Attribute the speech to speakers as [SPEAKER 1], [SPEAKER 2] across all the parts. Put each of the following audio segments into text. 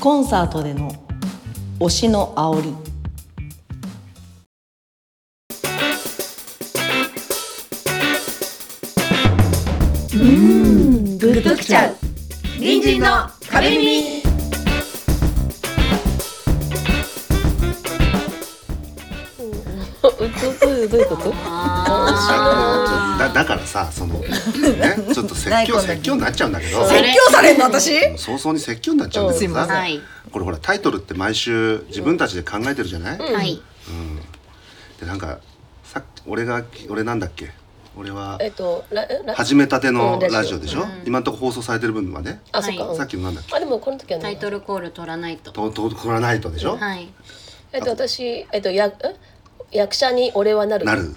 [SPEAKER 1] コンサートでの推しの煽り
[SPEAKER 2] うんグッときちゃう
[SPEAKER 3] 隣人の壁耳
[SPEAKER 4] うつうつどういうこと
[SPEAKER 5] あのちょだだからさその、ね、ちょっと説教説教になっちゃうんだけど
[SPEAKER 3] それ
[SPEAKER 2] 説教されんの私
[SPEAKER 5] 早々に説教になっちゃうんだけどさ、
[SPEAKER 3] せんはい
[SPEAKER 5] これほらタイトルって毎週自分たちで考えてるじゃない、で
[SPEAKER 3] はい
[SPEAKER 5] なんかさっき俺が俺なんだっけ俺は
[SPEAKER 4] えっとララ
[SPEAKER 5] 始めたての
[SPEAKER 4] うん
[SPEAKER 5] ラジオでしょ、今んとこ放送されてる分はね、
[SPEAKER 4] あそっか、
[SPEAKER 3] は
[SPEAKER 4] うん
[SPEAKER 5] さっきのなんだっけ
[SPEAKER 4] あでもこの時は
[SPEAKER 3] タ
[SPEAKER 4] ね
[SPEAKER 3] イトルコール取らないと
[SPEAKER 5] 「とと取らないと」でしょ、
[SPEAKER 3] はい
[SPEAKER 4] えっと私えっとやん役者に俺はなる
[SPEAKER 5] なる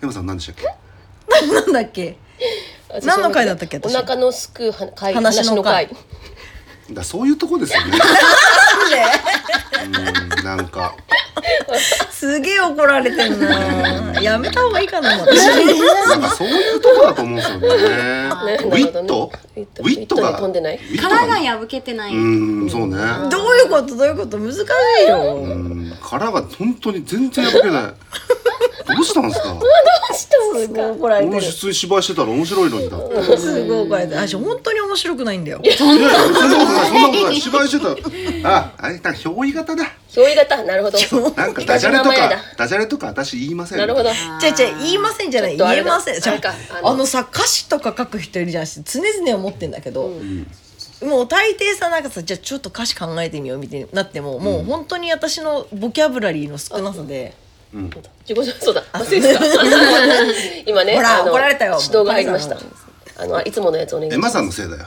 [SPEAKER 5] ヘマさん何でしたっけ
[SPEAKER 2] なんだっけ
[SPEAKER 4] 私
[SPEAKER 2] 何の回だったっけ
[SPEAKER 4] お
[SPEAKER 2] 私
[SPEAKER 4] 腹のすくは回
[SPEAKER 2] 話
[SPEAKER 4] 話
[SPEAKER 2] の
[SPEAKER 4] の
[SPEAKER 2] 回
[SPEAKER 4] 回
[SPEAKER 5] だからそういうとこですよねうんなんか
[SPEAKER 2] すげえ怒られてんな やめた方がいいかな私
[SPEAKER 5] なんかそういうとこだと思うんですよね。
[SPEAKER 4] ね
[SPEAKER 5] ウィット、
[SPEAKER 4] なるほどね
[SPEAKER 5] ウィット
[SPEAKER 4] ウィット
[SPEAKER 5] が
[SPEAKER 4] で飛んでない
[SPEAKER 5] ウィットが
[SPEAKER 3] 殻が破けてないう
[SPEAKER 5] ーん、そうね。
[SPEAKER 2] どういうことどういうこと難しいよ
[SPEAKER 5] うん、殻が本当に全然破けない。どうしたんですか。
[SPEAKER 2] すごい怒られて
[SPEAKER 5] 俺
[SPEAKER 2] る
[SPEAKER 5] 普通に芝居してたら面白いのにだって。いやいや
[SPEAKER 2] すごい怒られてる私本当に面白くないんだよ
[SPEAKER 5] そんなことない、そんなことない、芝居してたら。あ、あれ、なんか憑依型だ。
[SPEAKER 4] 憑依型なるほど
[SPEAKER 5] なんかダジャレ
[SPEAKER 4] 私の名
[SPEAKER 5] と
[SPEAKER 4] 前だ
[SPEAKER 5] か、ダジャレとか、私言いません。
[SPEAKER 4] なるほど
[SPEAKER 2] じゃじゃ言いませんじゃない
[SPEAKER 4] ちょっとあ
[SPEAKER 2] 言え
[SPEAKER 4] れだ
[SPEAKER 2] ませんじゃ
[SPEAKER 4] あれか
[SPEAKER 2] あ
[SPEAKER 4] あ
[SPEAKER 2] の
[SPEAKER 4] の
[SPEAKER 2] さ歌詞とか書く人いるじゃん常々思ってんだけど、もう大抵さなんかさじゃあちょっと歌詞考えてみようみたいになっても、もう本当に私のボキャブラリーの少なさで
[SPEAKER 4] 自己紹介そうだ忘れて た今ね
[SPEAKER 2] ほら
[SPEAKER 4] あの
[SPEAKER 2] 怒られたよ
[SPEAKER 4] 指導が入りましたあのいつものやつお願い
[SPEAKER 5] エ
[SPEAKER 4] しま
[SPEAKER 5] マ
[SPEAKER 4] す
[SPEAKER 5] さんのせいだよ。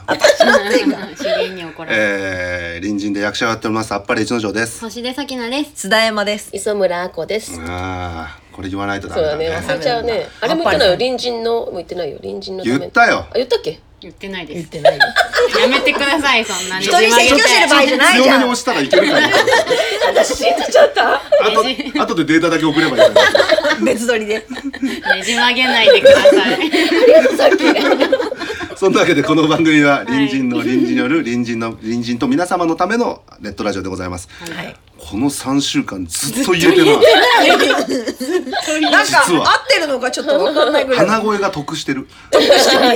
[SPEAKER 3] 資源に怒られる、
[SPEAKER 5] えー、隣人で役者をやっております。あっぱれ一之丞です。
[SPEAKER 3] 星出咲菜です
[SPEAKER 2] 津田山です
[SPEAKER 4] 磯村亜子です、
[SPEAKER 5] ああ、これ言わないとダ
[SPEAKER 4] そ
[SPEAKER 5] メ
[SPEAKER 4] うだ
[SPEAKER 5] だ
[SPEAKER 4] ね
[SPEAKER 5] ね。
[SPEAKER 4] 忘れちゃうねあれも言ったのよ隣人のも言ってないよ隣人のため
[SPEAKER 5] 言ったよ
[SPEAKER 4] あ言ったっけ
[SPEAKER 3] 言ってない
[SPEAKER 2] 言
[SPEAKER 3] で
[SPEAKER 2] っ
[SPEAKER 3] す
[SPEAKER 2] てないよ
[SPEAKER 3] やめてくださいそんなね
[SPEAKER 2] 人に説教してる場合じゃない
[SPEAKER 5] 強
[SPEAKER 2] じ
[SPEAKER 5] め
[SPEAKER 2] ゃ
[SPEAKER 5] に
[SPEAKER 2] ん
[SPEAKER 5] 押したらいけるから。
[SPEAKER 4] 私信じちゃった
[SPEAKER 5] あと、あとでデータだけ送ればいいから。
[SPEAKER 2] 別撮りで
[SPEAKER 3] ねじ曲げないでくださ い
[SPEAKER 5] そんなわけでこの番組は隣人の隣人による隣人 の隣人と皆様のためのネットラジオでございます。
[SPEAKER 2] はい
[SPEAKER 5] この3週間ずっと言えてない。
[SPEAKER 2] なんか
[SPEAKER 5] 実は
[SPEAKER 2] 合ってるのかちょっと分かんないぐらい
[SPEAKER 5] 鼻声が得してる。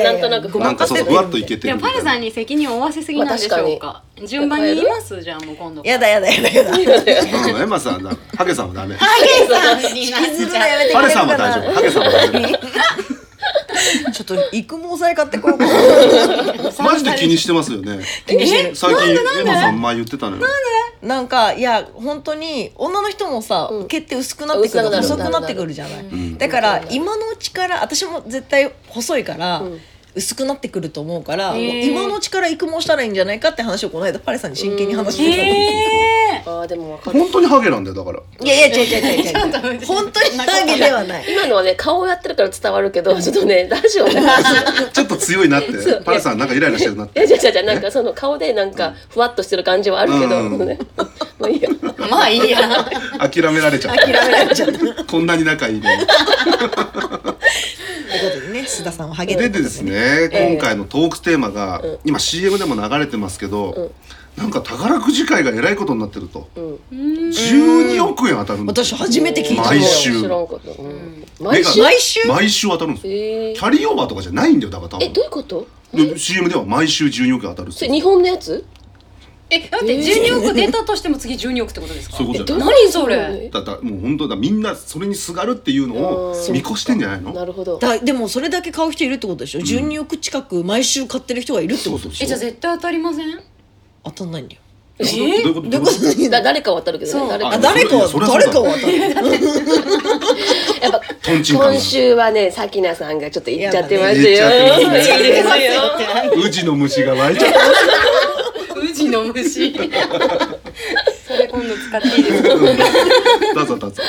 [SPEAKER 4] なんとなくご
[SPEAKER 5] な
[SPEAKER 4] ま
[SPEAKER 5] んか
[SPEAKER 4] か
[SPEAKER 5] そ
[SPEAKER 4] せ
[SPEAKER 5] うそう、
[SPEAKER 4] て
[SPEAKER 5] ふわっといけて
[SPEAKER 3] でも
[SPEAKER 5] るみ
[SPEAKER 3] パ
[SPEAKER 5] た
[SPEAKER 3] ル
[SPEAKER 5] い
[SPEAKER 3] さ
[SPEAKER 5] な。
[SPEAKER 3] んに責任を負わせすぎなんでしょうか,、
[SPEAKER 4] まあ
[SPEAKER 3] 順番に言いますじゃあもう今度
[SPEAKER 2] やだやだやだやだ
[SPEAKER 5] うんエマさんだ。ハゲさんはダメ。
[SPEAKER 3] 引き
[SPEAKER 2] 譲るのやめてく
[SPEAKER 5] パ
[SPEAKER 2] れ
[SPEAKER 5] レ
[SPEAKER 2] る
[SPEAKER 5] さんは
[SPEAKER 2] か
[SPEAKER 5] 大丈夫。
[SPEAKER 2] な
[SPEAKER 5] ハゲ さんは大丈
[SPEAKER 2] ちょっと育毛剤買ってこようかな
[SPEAKER 5] 夫。マジで気にしてますよね。
[SPEAKER 2] 気にしてる
[SPEAKER 5] 最近エマさん前言ってたのよ。
[SPEAKER 2] なんかいや本当に女の人もさ、毛って薄くなってくる
[SPEAKER 4] 薄くなる
[SPEAKER 2] 細くなってくるじゃない、だから今のうちから私も絶対細いから、薄くなってくると思うから、もう
[SPEAKER 3] ー
[SPEAKER 2] 今のうちから育毛したらいいんじゃないかって話をこの間パレさんに真剣に話してたの、
[SPEAKER 3] え
[SPEAKER 4] あーでもわかる
[SPEAKER 5] 本当にハゲなんだよ、だから。
[SPEAKER 2] いやいや違う違う違う 違う本当にハゲではない
[SPEAKER 4] 今のはね顔をやってるから伝わるけどちょっとねラジオ でい
[SPEAKER 5] ちょっと強いなって。パレさんなんかイライラしてるなって。
[SPEAKER 4] やじゃじゃじゃなんかその顔でなんかふわっとしてる感じはあるけど、
[SPEAKER 5] うん
[SPEAKER 4] もうねまあいいや
[SPEAKER 3] ー、まあいいや
[SPEAKER 5] 諦められちゃった。こんなに仲いいのに。
[SPEAKER 2] ということでね須田さんはハゲ
[SPEAKER 5] で
[SPEAKER 2] で
[SPEAKER 5] ですね、今回のトークテーマが、今 CM でも流れてますけど、なんか宝くじ会がえらいことになってると、12億円当たるんです
[SPEAKER 2] 私初めて聞いた
[SPEAKER 5] 毎週
[SPEAKER 4] 知らんこと、うん、
[SPEAKER 5] 目
[SPEAKER 4] 毎
[SPEAKER 5] が
[SPEAKER 4] 週
[SPEAKER 2] 毎週
[SPEAKER 5] 毎週当たるんですよ
[SPEAKER 4] えー
[SPEAKER 5] キャリーオーバーとかじゃないんだよだから多
[SPEAKER 4] え
[SPEAKER 5] 分
[SPEAKER 4] どういうこと
[SPEAKER 5] で CM では毎週12億円当たるんで
[SPEAKER 4] そ
[SPEAKER 5] す
[SPEAKER 4] れ
[SPEAKER 5] よ
[SPEAKER 4] 日本のやつ
[SPEAKER 3] えだって12億出たとしても次12億ってことですか
[SPEAKER 5] そういうことじゃない
[SPEAKER 3] 何それ
[SPEAKER 5] だだもう本当だみんなそれにすがるっていうのを
[SPEAKER 4] うん
[SPEAKER 5] 見越してんじゃないの
[SPEAKER 4] なるほど
[SPEAKER 2] だでもそれだけ買う人いるってことでしょ、12億近く毎週買ってる人がいるって
[SPEAKER 5] そ
[SPEAKER 2] こ
[SPEAKER 5] う
[SPEAKER 2] と
[SPEAKER 5] そう
[SPEAKER 2] でし
[SPEAKER 5] そ
[SPEAKER 3] え
[SPEAKER 5] う
[SPEAKER 3] じゃあ絶対当たりません
[SPEAKER 2] ょ当たんないんだよ
[SPEAKER 5] どういうことどういうこと
[SPEAKER 4] だ誰かは当たるけどね誰か
[SPEAKER 2] あ
[SPEAKER 5] あ
[SPEAKER 2] 誰かは
[SPEAKER 5] そりゃそうだ
[SPEAKER 2] 誰かは当たる
[SPEAKER 4] やっぱ
[SPEAKER 5] とんちんかんな
[SPEAKER 4] 今週はねさきなさんがちょっと言っちゃってますよ
[SPEAKER 5] やっぱね言っちゃって
[SPEAKER 4] ますよ
[SPEAKER 5] 宇治の虫が湧いちゃった
[SPEAKER 3] 宇治の虫 それ今度使っていいですか
[SPEAKER 5] どうぞどうぞ。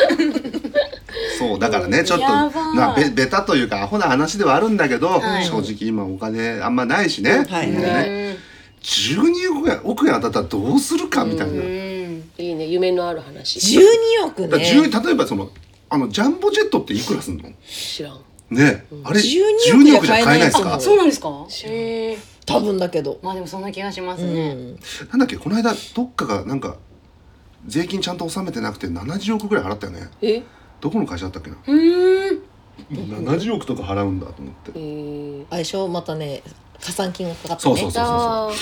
[SPEAKER 5] そうだからねちょっと
[SPEAKER 3] やばい
[SPEAKER 5] なべベタというかアホな話ではあるんだけど、
[SPEAKER 3] い
[SPEAKER 5] 正直今お金あんまないしね,、
[SPEAKER 2] はい
[SPEAKER 5] ね12億円億円当たったらどうするかみたいな、だ
[SPEAKER 3] うん
[SPEAKER 4] いいね夢のある話
[SPEAKER 2] 12億
[SPEAKER 5] から
[SPEAKER 2] ね
[SPEAKER 5] 10例えばそのあのジャンボジェットっていくらすんの
[SPEAKER 4] 知らん
[SPEAKER 5] ねあれ
[SPEAKER 2] 12億じゃ
[SPEAKER 5] 12億じゃ買えないですか
[SPEAKER 2] 買えないと思
[SPEAKER 3] そうなんですかへえ
[SPEAKER 2] 多分だけど、
[SPEAKER 3] まあでもそんな気がしま
[SPEAKER 2] う
[SPEAKER 3] すね。
[SPEAKER 2] ん、
[SPEAKER 5] なんだっけこの間どっかがなんか税金ちゃんと納めてなくて70億ぐらい払ったよね
[SPEAKER 4] え
[SPEAKER 5] どこの会社だったっけな
[SPEAKER 3] うーん。
[SPEAKER 5] 70億とか払うんだと思って
[SPEAKER 4] えー、
[SPEAKER 2] 相性またね加算金がかかって
[SPEAKER 5] そ
[SPEAKER 2] ね
[SPEAKER 5] うそうそうそ
[SPEAKER 4] あー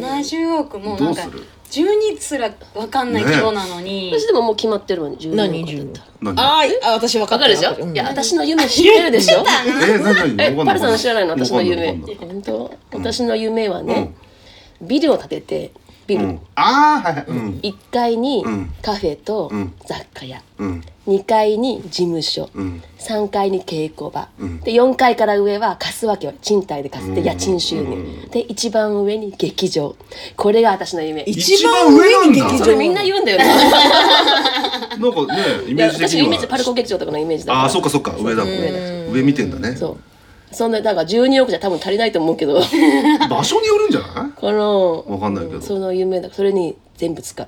[SPEAKER 3] 七十億も
[SPEAKER 5] う
[SPEAKER 3] うな
[SPEAKER 5] ど
[SPEAKER 3] ん
[SPEAKER 5] う
[SPEAKER 3] か
[SPEAKER 5] する
[SPEAKER 3] 十二すらわかんない規模なのに。
[SPEAKER 4] 私でももう決まってるわね10
[SPEAKER 2] 何
[SPEAKER 4] 年
[SPEAKER 2] 十
[SPEAKER 4] だったら
[SPEAKER 5] 何
[SPEAKER 2] あーあ私分かっ
[SPEAKER 4] わか
[SPEAKER 2] た
[SPEAKER 4] るでしょ、
[SPEAKER 2] うん
[SPEAKER 4] いや私の夢知ってるでしょ
[SPEAKER 5] え何何
[SPEAKER 4] えパ
[SPEAKER 5] わかんな
[SPEAKER 4] ル
[SPEAKER 5] い
[SPEAKER 4] さんの知らないの私の夢
[SPEAKER 5] わかんないわかんな
[SPEAKER 4] 本
[SPEAKER 5] い
[SPEAKER 4] 当私の夢はね、ビルを建ててビ
[SPEAKER 5] う
[SPEAKER 4] ル、
[SPEAKER 5] んああはいはいうん
[SPEAKER 4] 1階に
[SPEAKER 5] うん
[SPEAKER 4] カフェと
[SPEAKER 5] うん
[SPEAKER 4] 雑貨屋、
[SPEAKER 5] うん
[SPEAKER 4] 2階に事務所、
[SPEAKER 5] うん
[SPEAKER 4] 3階に稽古場、
[SPEAKER 5] うん
[SPEAKER 4] で4階から上は貸すわけよ賃貸で貸すって
[SPEAKER 5] うん
[SPEAKER 4] 家賃収入、
[SPEAKER 5] うん
[SPEAKER 4] で一番上に劇場これが私の夢
[SPEAKER 2] 一番上に劇場
[SPEAKER 5] 一番上なんだ
[SPEAKER 4] それみんな言うんだよね
[SPEAKER 5] なんかねイ
[SPEAKER 4] い
[SPEAKER 5] メ
[SPEAKER 4] や
[SPEAKER 5] ージ的
[SPEAKER 4] 私イメー
[SPEAKER 5] に
[SPEAKER 4] ジパル
[SPEAKER 5] は
[SPEAKER 4] コ劇場とかのイメージだから
[SPEAKER 5] ああそっかそっか上だもん
[SPEAKER 4] 上だ
[SPEAKER 5] ね上見てんだね
[SPEAKER 4] そうそんなだから12億じゃ多分足りないと思う けど
[SPEAKER 5] 場所によるんじゃない
[SPEAKER 4] この
[SPEAKER 5] わかんないけど
[SPEAKER 4] うその夢だそれに全部使う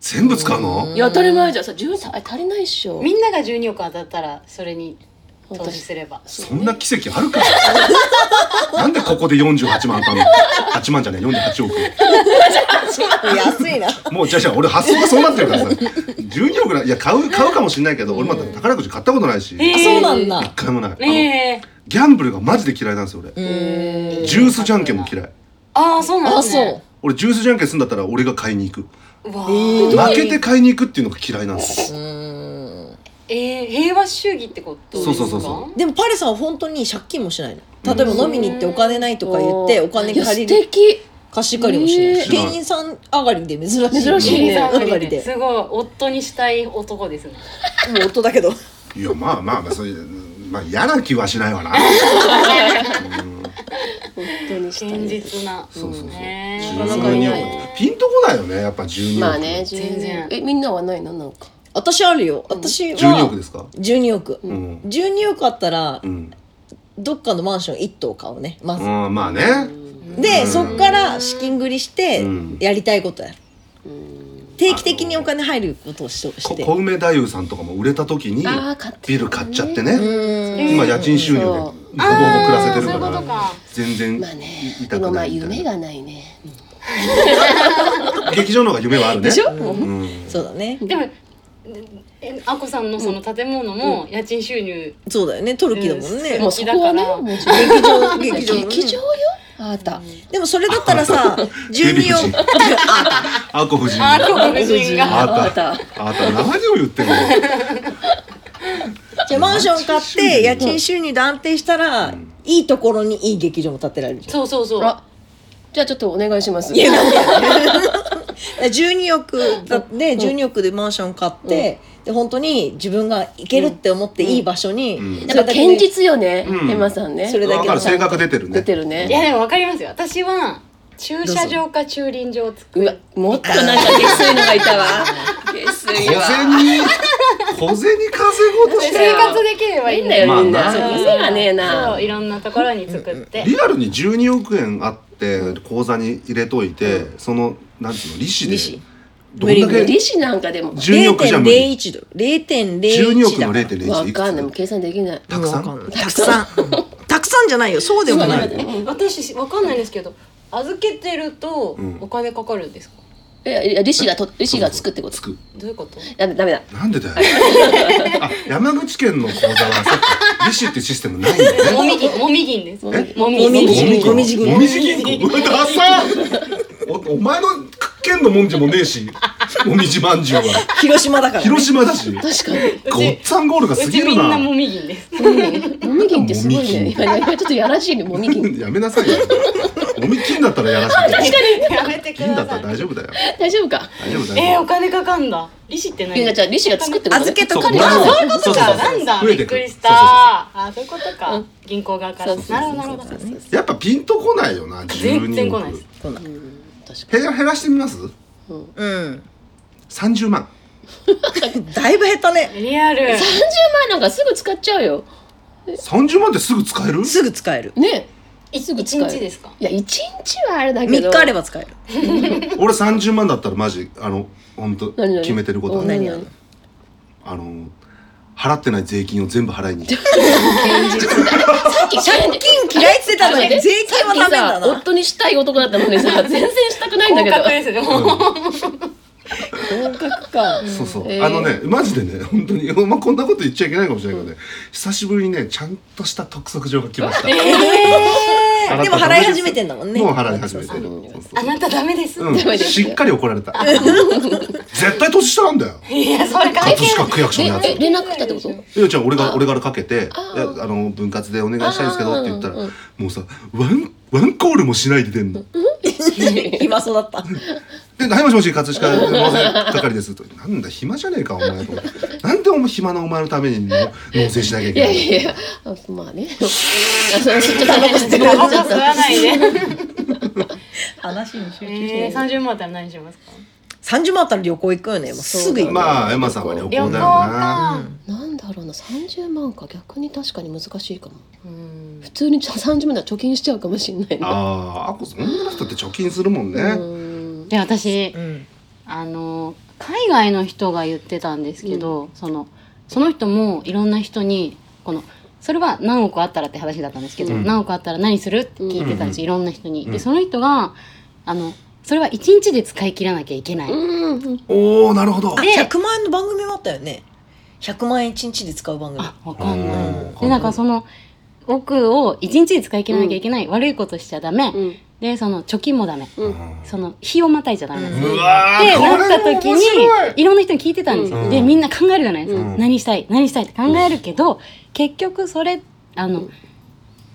[SPEAKER 5] 全部使うの
[SPEAKER 4] いや当たり前じゃんさ10さあ足りないっしょ
[SPEAKER 3] みんなが十二億当たったらそれに投資すれば。
[SPEAKER 5] そんな奇跡あるかなんでここで48万当たんの8万じゃない48億
[SPEAKER 2] 安いな
[SPEAKER 5] もうじゃあじゃあ俺発想がそうなってるからさ12億ぐらいいや買う買うかもしれないけど俺まだ宝くじ買ったことないし
[SPEAKER 3] え
[SPEAKER 5] 一
[SPEAKER 3] ー
[SPEAKER 2] あそうなんだ
[SPEAKER 5] 回もないあの
[SPEAKER 3] ええ。
[SPEAKER 5] ギャンブルがマジで嫌いなんですよ俺ジュースじゃんけんも嫌い
[SPEAKER 3] ああそうなん
[SPEAKER 2] あ
[SPEAKER 3] です
[SPEAKER 2] そう
[SPEAKER 3] ね。
[SPEAKER 5] 俺ジュースじゃんけんするんだったら俺が買いに行く
[SPEAKER 3] うわ
[SPEAKER 2] え
[SPEAKER 3] ー
[SPEAKER 2] ー
[SPEAKER 5] 負けて買いに行くっていうのが嫌いなんですよ
[SPEAKER 3] えー平和主義ってことですか。
[SPEAKER 5] そうそうそうそ
[SPEAKER 2] でもパレさんは本当に借金もしないの例えば飲みに行ってお金ないとか言ってお金借り
[SPEAKER 4] いや
[SPEAKER 2] る
[SPEAKER 4] 素敵
[SPEAKER 2] 貸し借りもしない、
[SPEAKER 5] えー
[SPEAKER 2] 芸人さん上がりで珍しい
[SPEAKER 4] 珍しいね
[SPEAKER 2] 芸人さん上がりです
[SPEAKER 3] ごい夫にしたい男ですね。
[SPEAKER 2] もう夫だけど
[SPEAKER 5] いやまあまあまあそういうまあ嫌な気はしないわな
[SPEAKER 4] 本当にした
[SPEAKER 3] 堅
[SPEAKER 4] い
[SPEAKER 3] 実な。
[SPEAKER 5] そうそうそう
[SPEAKER 3] ねえ
[SPEAKER 2] なかなかい
[SPEAKER 5] 12
[SPEAKER 2] ない
[SPEAKER 5] 億ピンとこないよねやっぱ12億
[SPEAKER 4] まあね
[SPEAKER 5] 12
[SPEAKER 4] 12
[SPEAKER 3] 全然
[SPEAKER 4] えみんなはないのなんか
[SPEAKER 2] 私あるよ私は
[SPEAKER 5] 億ですか
[SPEAKER 2] 12億
[SPEAKER 5] うん
[SPEAKER 2] 12億あったら
[SPEAKER 5] うん
[SPEAKER 2] どっかのマンション1棟買おうねまず、
[SPEAKER 5] うんまあね
[SPEAKER 2] でそっから資金繰りして
[SPEAKER 5] うん
[SPEAKER 2] やりたいことやる、定期的にお金入ることをしし
[SPEAKER 5] こ
[SPEAKER 2] て
[SPEAKER 5] 小梅太夫さんとかも売れた時に
[SPEAKER 4] あー買ってたね
[SPEAKER 5] ビル買っちゃってね
[SPEAKER 2] うん
[SPEAKER 5] 今家賃収入でほぼ
[SPEAKER 4] そ
[SPEAKER 5] ほぼ暮らせてるか
[SPEAKER 3] あーそういうこと
[SPEAKER 5] ら
[SPEAKER 3] か
[SPEAKER 5] 全然
[SPEAKER 4] まあね
[SPEAKER 5] 痛
[SPEAKER 4] でも
[SPEAKER 5] く
[SPEAKER 4] ま
[SPEAKER 5] な
[SPEAKER 4] あ
[SPEAKER 5] いみたい
[SPEAKER 4] 夢
[SPEAKER 5] な
[SPEAKER 4] がないね
[SPEAKER 5] 劇場の方が夢はあるね
[SPEAKER 2] でしょ
[SPEAKER 5] うん
[SPEAKER 2] そうだね
[SPEAKER 3] でも。えあこさんのその建物も家賃収入、
[SPEAKER 2] そうだよねトルキだもんね、
[SPEAKER 3] うん
[SPEAKER 4] もうそこはね
[SPEAKER 3] だから
[SPEAKER 4] もうそこ
[SPEAKER 2] 劇場劇場のね
[SPEAKER 4] 劇場よあなた
[SPEAKER 2] でもそれだったら さ
[SPEAKER 5] デヴィ
[SPEAKER 2] 12
[SPEAKER 5] 夫
[SPEAKER 2] 億
[SPEAKER 5] 人あこ夫人
[SPEAKER 3] ああ黒人が
[SPEAKER 5] あ
[SPEAKER 4] あ
[SPEAKER 5] な
[SPEAKER 4] な
[SPEAKER 5] た
[SPEAKER 4] た
[SPEAKER 5] あなた何を言ってるの
[SPEAKER 2] じゃあマンション買って家賃収入で安定したら、いいところにいい劇場も建てられるじ
[SPEAKER 3] そうそうそう
[SPEAKER 4] あじゃあちょっとお願いしま
[SPEAKER 2] ゃ
[SPEAKER 4] す
[SPEAKER 2] ん。いやなん で12億だって12億でマンション買って、で本当に自分が行けるって思っていい場所に、
[SPEAKER 5] うん
[SPEAKER 4] なんか
[SPEAKER 2] け
[SPEAKER 4] 堅実よね
[SPEAKER 5] うん
[SPEAKER 4] エマさんね
[SPEAKER 2] それだ
[SPEAKER 5] わ
[SPEAKER 2] け
[SPEAKER 5] か
[SPEAKER 2] の
[SPEAKER 5] る
[SPEAKER 2] さ
[SPEAKER 5] 性格出てるね
[SPEAKER 4] 出てる
[SPEAKER 3] い
[SPEAKER 4] ね
[SPEAKER 3] やでも分かりますよ私は駐車場か駐輪場を作
[SPEAKER 4] うわ
[SPEAKER 3] る
[SPEAKER 4] もっとなんか下水のがいたわ下
[SPEAKER 5] 小
[SPEAKER 4] 水は
[SPEAKER 5] 銭小銭稼ごうとし
[SPEAKER 3] 生活できればいい
[SPEAKER 4] いい
[SPEAKER 3] ん
[SPEAKER 4] ん
[SPEAKER 3] だ
[SPEAKER 4] だ
[SPEAKER 3] よ
[SPEAKER 4] よみん
[SPEAKER 5] まあ
[SPEAKER 4] な
[SPEAKER 5] な
[SPEAKER 4] そう
[SPEAKER 5] ね
[SPEAKER 4] 店がねえな
[SPEAKER 3] そういろんなところに作って
[SPEAKER 5] リアルに12億円あって口座に入れといてそのなんていうの利子で
[SPEAKER 2] 利子
[SPEAKER 5] どんだけ
[SPEAKER 4] 利子なんかでも
[SPEAKER 5] 12億じゃ無理
[SPEAKER 2] 0.01ドル0.01
[SPEAKER 5] 12億
[SPEAKER 2] だ
[SPEAKER 5] の
[SPEAKER 2] から
[SPEAKER 5] 0.01
[SPEAKER 4] わ
[SPEAKER 5] いく
[SPEAKER 4] かんないもう
[SPEAKER 5] つ
[SPEAKER 4] 計算できない
[SPEAKER 5] たくさん
[SPEAKER 2] うんわかないたくさんたくさんじゃないよそうでもない
[SPEAKER 3] え私分かんないですけど預けてると
[SPEAKER 5] うん
[SPEAKER 3] お金かかるんですか
[SPEAKER 4] いやいや利子がと利子がつくってこと
[SPEAKER 5] つく
[SPEAKER 3] どういうこと
[SPEAKER 4] ダメダメだ
[SPEAKER 5] なんでだよあ山口県の口座はそっか利子ってシステムないんだね
[SPEAKER 3] もみ銀もみ銀です
[SPEAKER 4] み
[SPEAKER 3] もみ
[SPEAKER 2] もみ銀
[SPEAKER 5] も
[SPEAKER 2] も
[SPEAKER 5] み
[SPEAKER 2] み
[SPEAKER 5] じ
[SPEAKER 2] じ
[SPEAKER 5] 銀
[SPEAKER 2] 銀
[SPEAKER 5] もみじ銀行ダサおお前の県の文字もねえしもみじまんじゅうは
[SPEAKER 2] 広島だから、ね、
[SPEAKER 5] 広島だし
[SPEAKER 4] 確かに
[SPEAKER 5] ごっつぁんゴールが過
[SPEAKER 3] うち
[SPEAKER 5] ぎる
[SPEAKER 3] みんな
[SPEAKER 5] な
[SPEAKER 3] もみ銀です
[SPEAKER 4] もみ銀ってすごいね
[SPEAKER 5] もみ
[SPEAKER 4] 今今ちょっとやらしいねもみ銀
[SPEAKER 5] やめなさ いよもみ金だったらやらしい確か
[SPEAKER 3] やめてく
[SPEAKER 5] 金
[SPEAKER 3] だ
[SPEAKER 5] だった
[SPEAKER 3] さ
[SPEAKER 5] ら
[SPEAKER 3] い
[SPEAKER 5] 大丈夫だよ
[SPEAKER 4] 大丈夫か
[SPEAKER 5] 大丈夫大
[SPEAKER 3] えー
[SPEAKER 5] 丈
[SPEAKER 3] お金かかんだ利子って
[SPEAKER 4] いや
[SPEAKER 3] 何
[SPEAKER 4] じゃあ利子がつくってことね
[SPEAKER 2] 預けと
[SPEAKER 5] 夫
[SPEAKER 2] く
[SPEAKER 5] も
[SPEAKER 2] に
[SPEAKER 5] ら
[SPEAKER 2] は
[SPEAKER 5] う
[SPEAKER 3] そういうことかなんだ
[SPEAKER 5] 増えて
[SPEAKER 3] びっ
[SPEAKER 5] く
[SPEAKER 3] く
[SPEAKER 5] る
[SPEAKER 3] りしたあそういうことか銀行側からな
[SPEAKER 4] そう
[SPEAKER 3] る
[SPEAKER 4] そうそう
[SPEAKER 3] ほどなるほど
[SPEAKER 5] やっぱピンとこないよな
[SPEAKER 3] 全然来ない
[SPEAKER 5] 12
[SPEAKER 3] で
[SPEAKER 5] 億
[SPEAKER 3] す
[SPEAKER 4] 確か
[SPEAKER 5] 減ら減らしてみます
[SPEAKER 2] うん
[SPEAKER 5] 30万
[SPEAKER 2] だいぶ減ったね
[SPEAKER 3] リアル
[SPEAKER 4] に30万なんかすぐ使っちゃうよ
[SPEAKER 5] 30万ってすぐ使える
[SPEAKER 2] すぐ使える
[SPEAKER 4] ね
[SPEAKER 3] い
[SPEAKER 4] すぐ使える
[SPEAKER 3] 一日ですか
[SPEAKER 4] いや一日はあれだけ
[SPEAKER 2] 3
[SPEAKER 4] ど
[SPEAKER 2] 日あれば使え る
[SPEAKER 5] 俺30万だったらマジあの本当
[SPEAKER 4] 何々
[SPEAKER 5] 決めてることあ
[SPEAKER 4] 何
[SPEAKER 5] る
[SPEAKER 2] 何
[SPEAKER 4] 々
[SPEAKER 2] 々
[SPEAKER 5] あの払ってない税金を全部払いに行く
[SPEAKER 3] 現実だ
[SPEAKER 4] さっき借金
[SPEAKER 2] 金嫌いって言ってたの
[SPEAKER 4] あれ
[SPEAKER 2] に税金はダメだ
[SPEAKER 4] さっきさ
[SPEAKER 2] な
[SPEAKER 4] 夫にしたい男だったのにさ全然したくないんだ
[SPEAKER 3] 合
[SPEAKER 4] けど
[SPEAKER 3] 格ですよ
[SPEAKER 2] 合格か
[SPEAKER 5] そうそう、
[SPEAKER 4] へー
[SPEAKER 5] あのねマジでね本当に、まあ、こんなこと言っちゃいけないかもしれないけどね、久しぶりにねちゃんとした督促状が来ました、
[SPEAKER 2] えーでも払い始めてんだもんね
[SPEAKER 5] もう払い始めてるそうそう
[SPEAKER 3] あなたダメです
[SPEAKER 5] うんしっかり怒られた絶対年下なんだよ
[SPEAKER 3] いやそれ関係
[SPEAKER 5] 葛
[SPEAKER 3] ない
[SPEAKER 5] 飾区役所のやつ
[SPEAKER 4] ええ連絡来たってこと
[SPEAKER 5] いやじゃあ俺が俺からかけていやあの分割でお願いしたいんですけどって言ったらもうさワンワンコールもしないで出んの
[SPEAKER 2] 暇そうだった
[SPEAKER 5] ではいもしもし葛飾納税係ですとなんだ暇じゃねえかお前と思ってなんでお前暇なお前のために納納税しなきゃい
[SPEAKER 4] い
[SPEAKER 5] けな
[SPEAKER 4] や
[SPEAKER 5] い
[SPEAKER 4] いやいやあまあねあそうちょっとダメな質問になっちゃ
[SPEAKER 3] あ
[SPEAKER 4] っ
[SPEAKER 3] 吸
[SPEAKER 4] た
[SPEAKER 3] わないで
[SPEAKER 2] 話に集中
[SPEAKER 3] えー30万あったら何しますか
[SPEAKER 2] 30万あったら旅行行くよねもうすぐ行く、
[SPEAKER 5] まあエマさんは旅行だ
[SPEAKER 3] 旅
[SPEAKER 5] よ
[SPEAKER 3] 行
[SPEAKER 5] な
[SPEAKER 3] か
[SPEAKER 4] なんだろうな30万か逆に確かに難しいかも
[SPEAKER 3] うん
[SPEAKER 4] 普通にじゃ30万なら貯金しちゃうかもしれないな
[SPEAKER 5] あーあこそんな人って貯金するもんね、
[SPEAKER 4] うん
[SPEAKER 3] で私
[SPEAKER 2] うん、
[SPEAKER 3] あの海外の人が言ってたんですけど、そのその人もいろんな人にこのそれは何億あったらって話だったんですけど、
[SPEAKER 5] うん
[SPEAKER 3] 何億あったら何するって聞いてたんですよ、いろんな人に。
[SPEAKER 5] うん
[SPEAKER 3] でその人があのそれは1日で使い切らなきゃいけない。
[SPEAKER 4] うんうん
[SPEAKER 5] おおなるほど
[SPEAKER 2] あ
[SPEAKER 3] で
[SPEAKER 2] 100万円の番組もあったよね100万円1日で使う番組
[SPEAKER 3] あわかんない。
[SPEAKER 5] うん
[SPEAKER 3] でなんかその億を1日で使い切らなきゃいけない、悪いことしちゃダメ、
[SPEAKER 4] うん
[SPEAKER 3] でその貯金もダメ、
[SPEAKER 4] う
[SPEAKER 3] その日をまたいじゃダメなんですよ
[SPEAKER 5] うわ
[SPEAKER 3] って
[SPEAKER 5] ーこ
[SPEAKER 3] なった
[SPEAKER 5] れも
[SPEAKER 3] 時
[SPEAKER 5] 面白い
[SPEAKER 3] にいろんな人に聞いてたんですよ、
[SPEAKER 5] うん
[SPEAKER 3] でみんな考えるじゃないですか、
[SPEAKER 5] うん
[SPEAKER 3] 何したい何したいって考えるけど、結局それあの、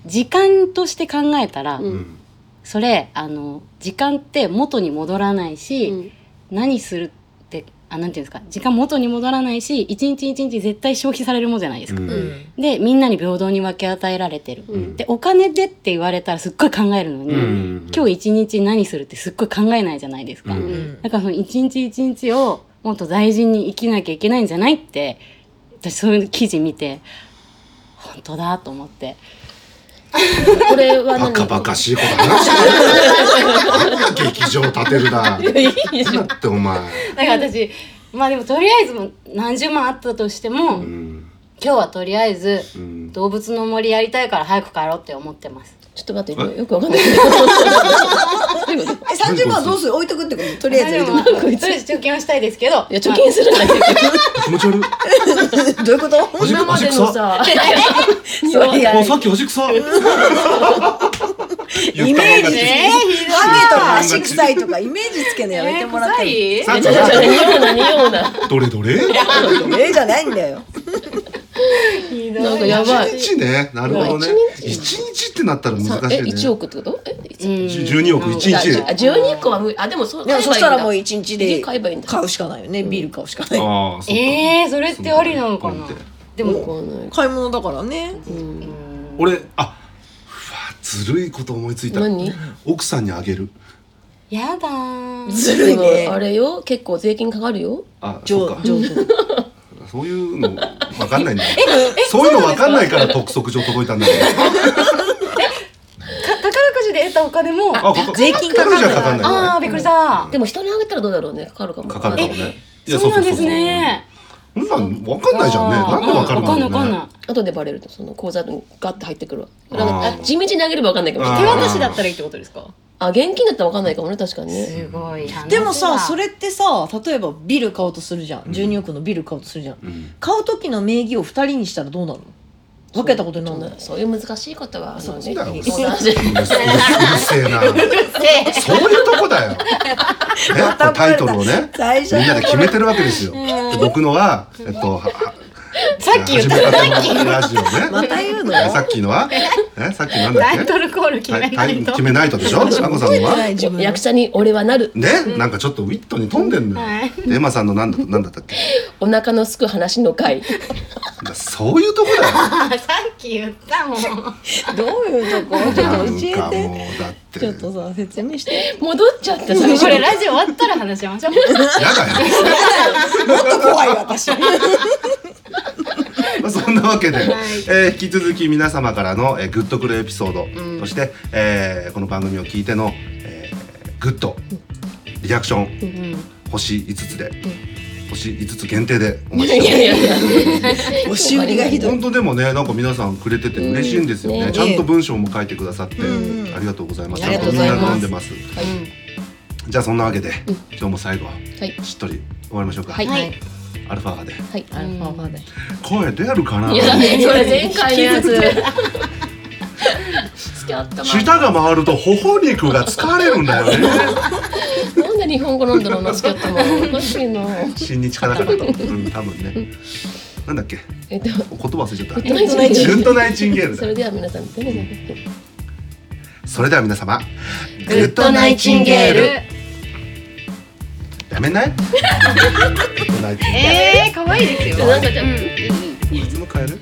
[SPEAKER 3] 時間として考えたら、
[SPEAKER 4] うん
[SPEAKER 5] うん
[SPEAKER 3] それあの時間って元に戻らないし、
[SPEAKER 4] うん
[SPEAKER 3] 何するってあなんていうんですか時間元に戻らないし一日一日絶対消費されるもんじゃないですか、
[SPEAKER 5] うん
[SPEAKER 2] うん
[SPEAKER 3] でみんなに平等に分け与えられてる、
[SPEAKER 5] ん
[SPEAKER 3] でお金でって言われたらすっごい考えるのに、
[SPEAKER 5] うん
[SPEAKER 3] 今日一日何するってすっごい考えないじゃないですか、
[SPEAKER 5] う
[SPEAKER 2] うんん
[SPEAKER 3] だからその一日一日をもっと大事に生きなきゃいけないんじゃないって私そういう記事見て本当だと思って
[SPEAKER 4] これは
[SPEAKER 5] バ
[SPEAKER 4] 何
[SPEAKER 5] カバカしいこと話してる劇場建てるだなんだってお前、
[SPEAKER 3] だから私まあでもとりあえずもう何十万あったとしても、今
[SPEAKER 5] うん
[SPEAKER 3] 日はとりあえず
[SPEAKER 5] うん、
[SPEAKER 3] 動物の森やりたいから早く帰ろうって思ってます
[SPEAKER 4] ちょっと待ってよくわかんないどういうこと
[SPEAKER 2] え30万どうする置いとくってこととりあえず置いと
[SPEAKER 3] とりあえず貯金をしたいですけど
[SPEAKER 4] いや貯金するんだけど
[SPEAKER 5] 気持ち悪い
[SPEAKER 2] く どういうこと
[SPEAKER 5] 味
[SPEAKER 4] 今までのさそうだ
[SPEAKER 5] あさっき足臭いイメージ
[SPEAKER 3] えー、ひどい
[SPEAKER 2] 雨とか足臭いとかイメージつけのやめてもらっていい
[SPEAKER 3] えー臭い
[SPEAKER 5] さっき
[SPEAKER 4] じゃあ似ような似ような
[SPEAKER 5] どれどれ
[SPEAKER 2] ええじゃないんだよ
[SPEAKER 3] ひどい
[SPEAKER 4] なんかやばい
[SPEAKER 5] 一日ねなるほどね
[SPEAKER 4] 一日
[SPEAKER 5] 一日ってなったら難しい
[SPEAKER 4] え
[SPEAKER 5] ね
[SPEAKER 4] 一億ってことえ一
[SPEAKER 3] うん
[SPEAKER 5] じゅ12億一日
[SPEAKER 4] あ十二個は無理あでもそう
[SPEAKER 2] でもそしたらもう
[SPEAKER 4] い
[SPEAKER 2] 1日で
[SPEAKER 4] 買えばいいんだ
[SPEAKER 2] 買うしかないよねビール買うしかない
[SPEAKER 5] ああそっか
[SPEAKER 3] えー、それってありなのかな
[SPEAKER 5] そうだね
[SPEAKER 3] でも、
[SPEAKER 2] 買い物だからね
[SPEAKER 5] 俺あうわずるいこと思いついた
[SPEAKER 4] 何
[SPEAKER 5] 奥さんにあげる
[SPEAKER 3] やだー
[SPEAKER 2] ずるいね
[SPEAKER 4] あれよ結構税金かかるよ
[SPEAKER 5] あそう
[SPEAKER 2] 上
[SPEAKER 5] か
[SPEAKER 2] 上手
[SPEAKER 5] そういうのわかんないんだそういうのわかんないから督促状届いたんだけど
[SPEAKER 3] か宝くじで得たお金も
[SPEAKER 5] あかか
[SPEAKER 2] 税金かかんない
[SPEAKER 5] じゃかかんない
[SPEAKER 3] あ
[SPEAKER 5] か
[SPEAKER 3] ーびっくりした
[SPEAKER 4] でも人にあげたらどうだろうねかかるかも
[SPEAKER 5] らかかるかもねいや
[SPEAKER 3] そうなんですね
[SPEAKER 5] そうそうそうそんなんわかんないじゃんねなんでわかる
[SPEAKER 3] わかんないわ
[SPEAKER 5] の
[SPEAKER 3] かん
[SPEAKER 5] ね
[SPEAKER 3] ない
[SPEAKER 4] 後でバレるとその口座にガッて入ってくるわ
[SPEAKER 5] あー
[SPEAKER 4] だからあ地道にあげればわかんないかもしれな
[SPEAKER 5] あー
[SPEAKER 4] い
[SPEAKER 5] 手渡しだった
[SPEAKER 3] らいいってことですか
[SPEAKER 4] あ現金だったらわかんないかもね確かにね
[SPEAKER 3] すごい話だ
[SPEAKER 2] でもさそれってさ例えばビル買おうとするじゃん12億のビル買おうとするじゃん、
[SPEAKER 5] うん
[SPEAKER 2] 買う時の名義を2人にしたらどうなるの分けたことにな
[SPEAKER 4] そ
[SPEAKER 2] る
[SPEAKER 4] ん
[SPEAKER 2] の
[SPEAKER 4] なそういう難しいことはあのね
[SPEAKER 5] だよ
[SPEAKER 4] 相談し
[SPEAKER 5] うるせうるせえなそういうとこ だよねこうタイトルをね
[SPEAKER 2] 最初
[SPEAKER 5] みんなで決めてるわけですよで僕のはえっとはは
[SPEAKER 3] さっき言った
[SPEAKER 5] 始めたてのラジオね
[SPEAKER 2] また言うの
[SPEAKER 5] えさっきのはえさっきなんだっけ
[SPEAKER 3] タイトルコール決め
[SPEAKER 5] タ
[SPEAKER 3] な
[SPEAKER 5] イ
[SPEAKER 3] い
[SPEAKER 5] タイ
[SPEAKER 3] と
[SPEAKER 5] 決めないとでしょあこさんの
[SPEAKER 2] な
[SPEAKER 5] はい
[SPEAKER 2] 自分の
[SPEAKER 4] 役者に俺はなる
[SPEAKER 5] ね、なんかちょっとウィットに飛んでんのよ、
[SPEAKER 3] はい
[SPEAKER 5] でエマさんのなんだなんだったっけ
[SPEAKER 4] お腹のすく話の会
[SPEAKER 5] だからそういうとこだよ
[SPEAKER 3] あーさっき言ったもん
[SPEAKER 2] どういうとこちょっ
[SPEAKER 5] な
[SPEAKER 2] と
[SPEAKER 5] ん
[SPEAKER 2] 教
[SPEAKER 5] か
[SPEAKER 2] え
[SPEAKER 5] も
[SPEAKER 2] て
[SPEAKER 5] うだって
[SPEAKER 2] ちょっとさ説明して
[SPEAKER 4] 戻っちゃった最
[SPEAKER 3] これ
[SPEAKER 4] 初
[SPEAKER 3] ラジオ終わったら話しましょう
[SPEAKER 5] やだ
[SPEAKER 2] も
[SPEAKER 5] よ
[SPEAKER 2] っと怖い私
[SPEAKER 5] まあそんなわけで、えー引き続き皆様からの、えー、グッとくるエピソード、そして、えーこの番組を聞いての、えーグッとリアクション、星5つで、星5つ限定でお待
[SPEAKER 4] い
[SPEAKER 5] ちしてます
[SPEAKER 4] やいやいや
[SPEAKER 2] 押し売りがひどい
[SPEAKER 5] 本当でもねなんか皆さんくれてて嬉しいんですよね、
[SPEAKER 4] うんね
[SPEAKER 5] ちゃんと文章も書いてくださって、
[SPEAKER 2] うん
[SPEAKER 5] ありがとうございます
[SPEAKER 2] あ
[SPEAKER 5] ち
[SPEAKER 2] り
[SPEAKER 5] ゃ
[SPEAKER 2] が
[SPEAKER 5] ん
[SPEAKER 2] と
[SPEAKER 5] と
[SPEAKER 2] うご
[SPEAKER 5] みん
[SPEAKER 2] ざい
[SPEAKER 5] な
[SPEAKER 2] ます
[SPEAKER 5] 飲んでますじゃあそんなわけで、
[SPEAKER 4] うん
[SPEAKER 5] 今日も最後は
[SPEAKER 4] はい
[SPEAKER 5] しっとり終わりましょうか、
[SPEAKER 4] はい
[SPEAKER 3] はい
[SPEAKER 5] アルファ波で
[SPEAKER 4] はい
[SPEAKER 2] アルファまで
[SPEAKER 5] 声出るかない
[SPEAKER 4] やだねこれ前回のやつ好きあったな
[SPEAKER 5] 舌が回ると頬肉が疲れるんだよね
[SPEAKER 4] なんで日本語なんだろうな好きあったまんおかしいな
[SPEAKER 5] 新日からか なと、うん、多分ねなんだっけ
[SPEAKER 4] えっと
[SPEAKER 5] 言葉忘れちゃっ
[SPEAKER 4] グッドナイ
[SPEAKER 5] た
[SPEAKER 4] チン
[SPEAKER 5] ジ
[SPEAKER 4] ゲール
[SPEAKER 5] ュントナイチンゲール
[SPEAKER 4] そ
[SPEAKER 5] だ
[SPEAKER 4] れでは皆さんでね
[SPEAKER 5] それでは皆様グ
[SPEAKER 3] グッドナイチンゲール。
[SPEAKER 5] や めないグッドナイチンゲール
[SPEAKER 3] ええー、可愛いですよ。
[SPEAKER 4] なんかじゃあ
[SPEAKER 3] うんいいいい
[SPEAKER 5] いつも変える、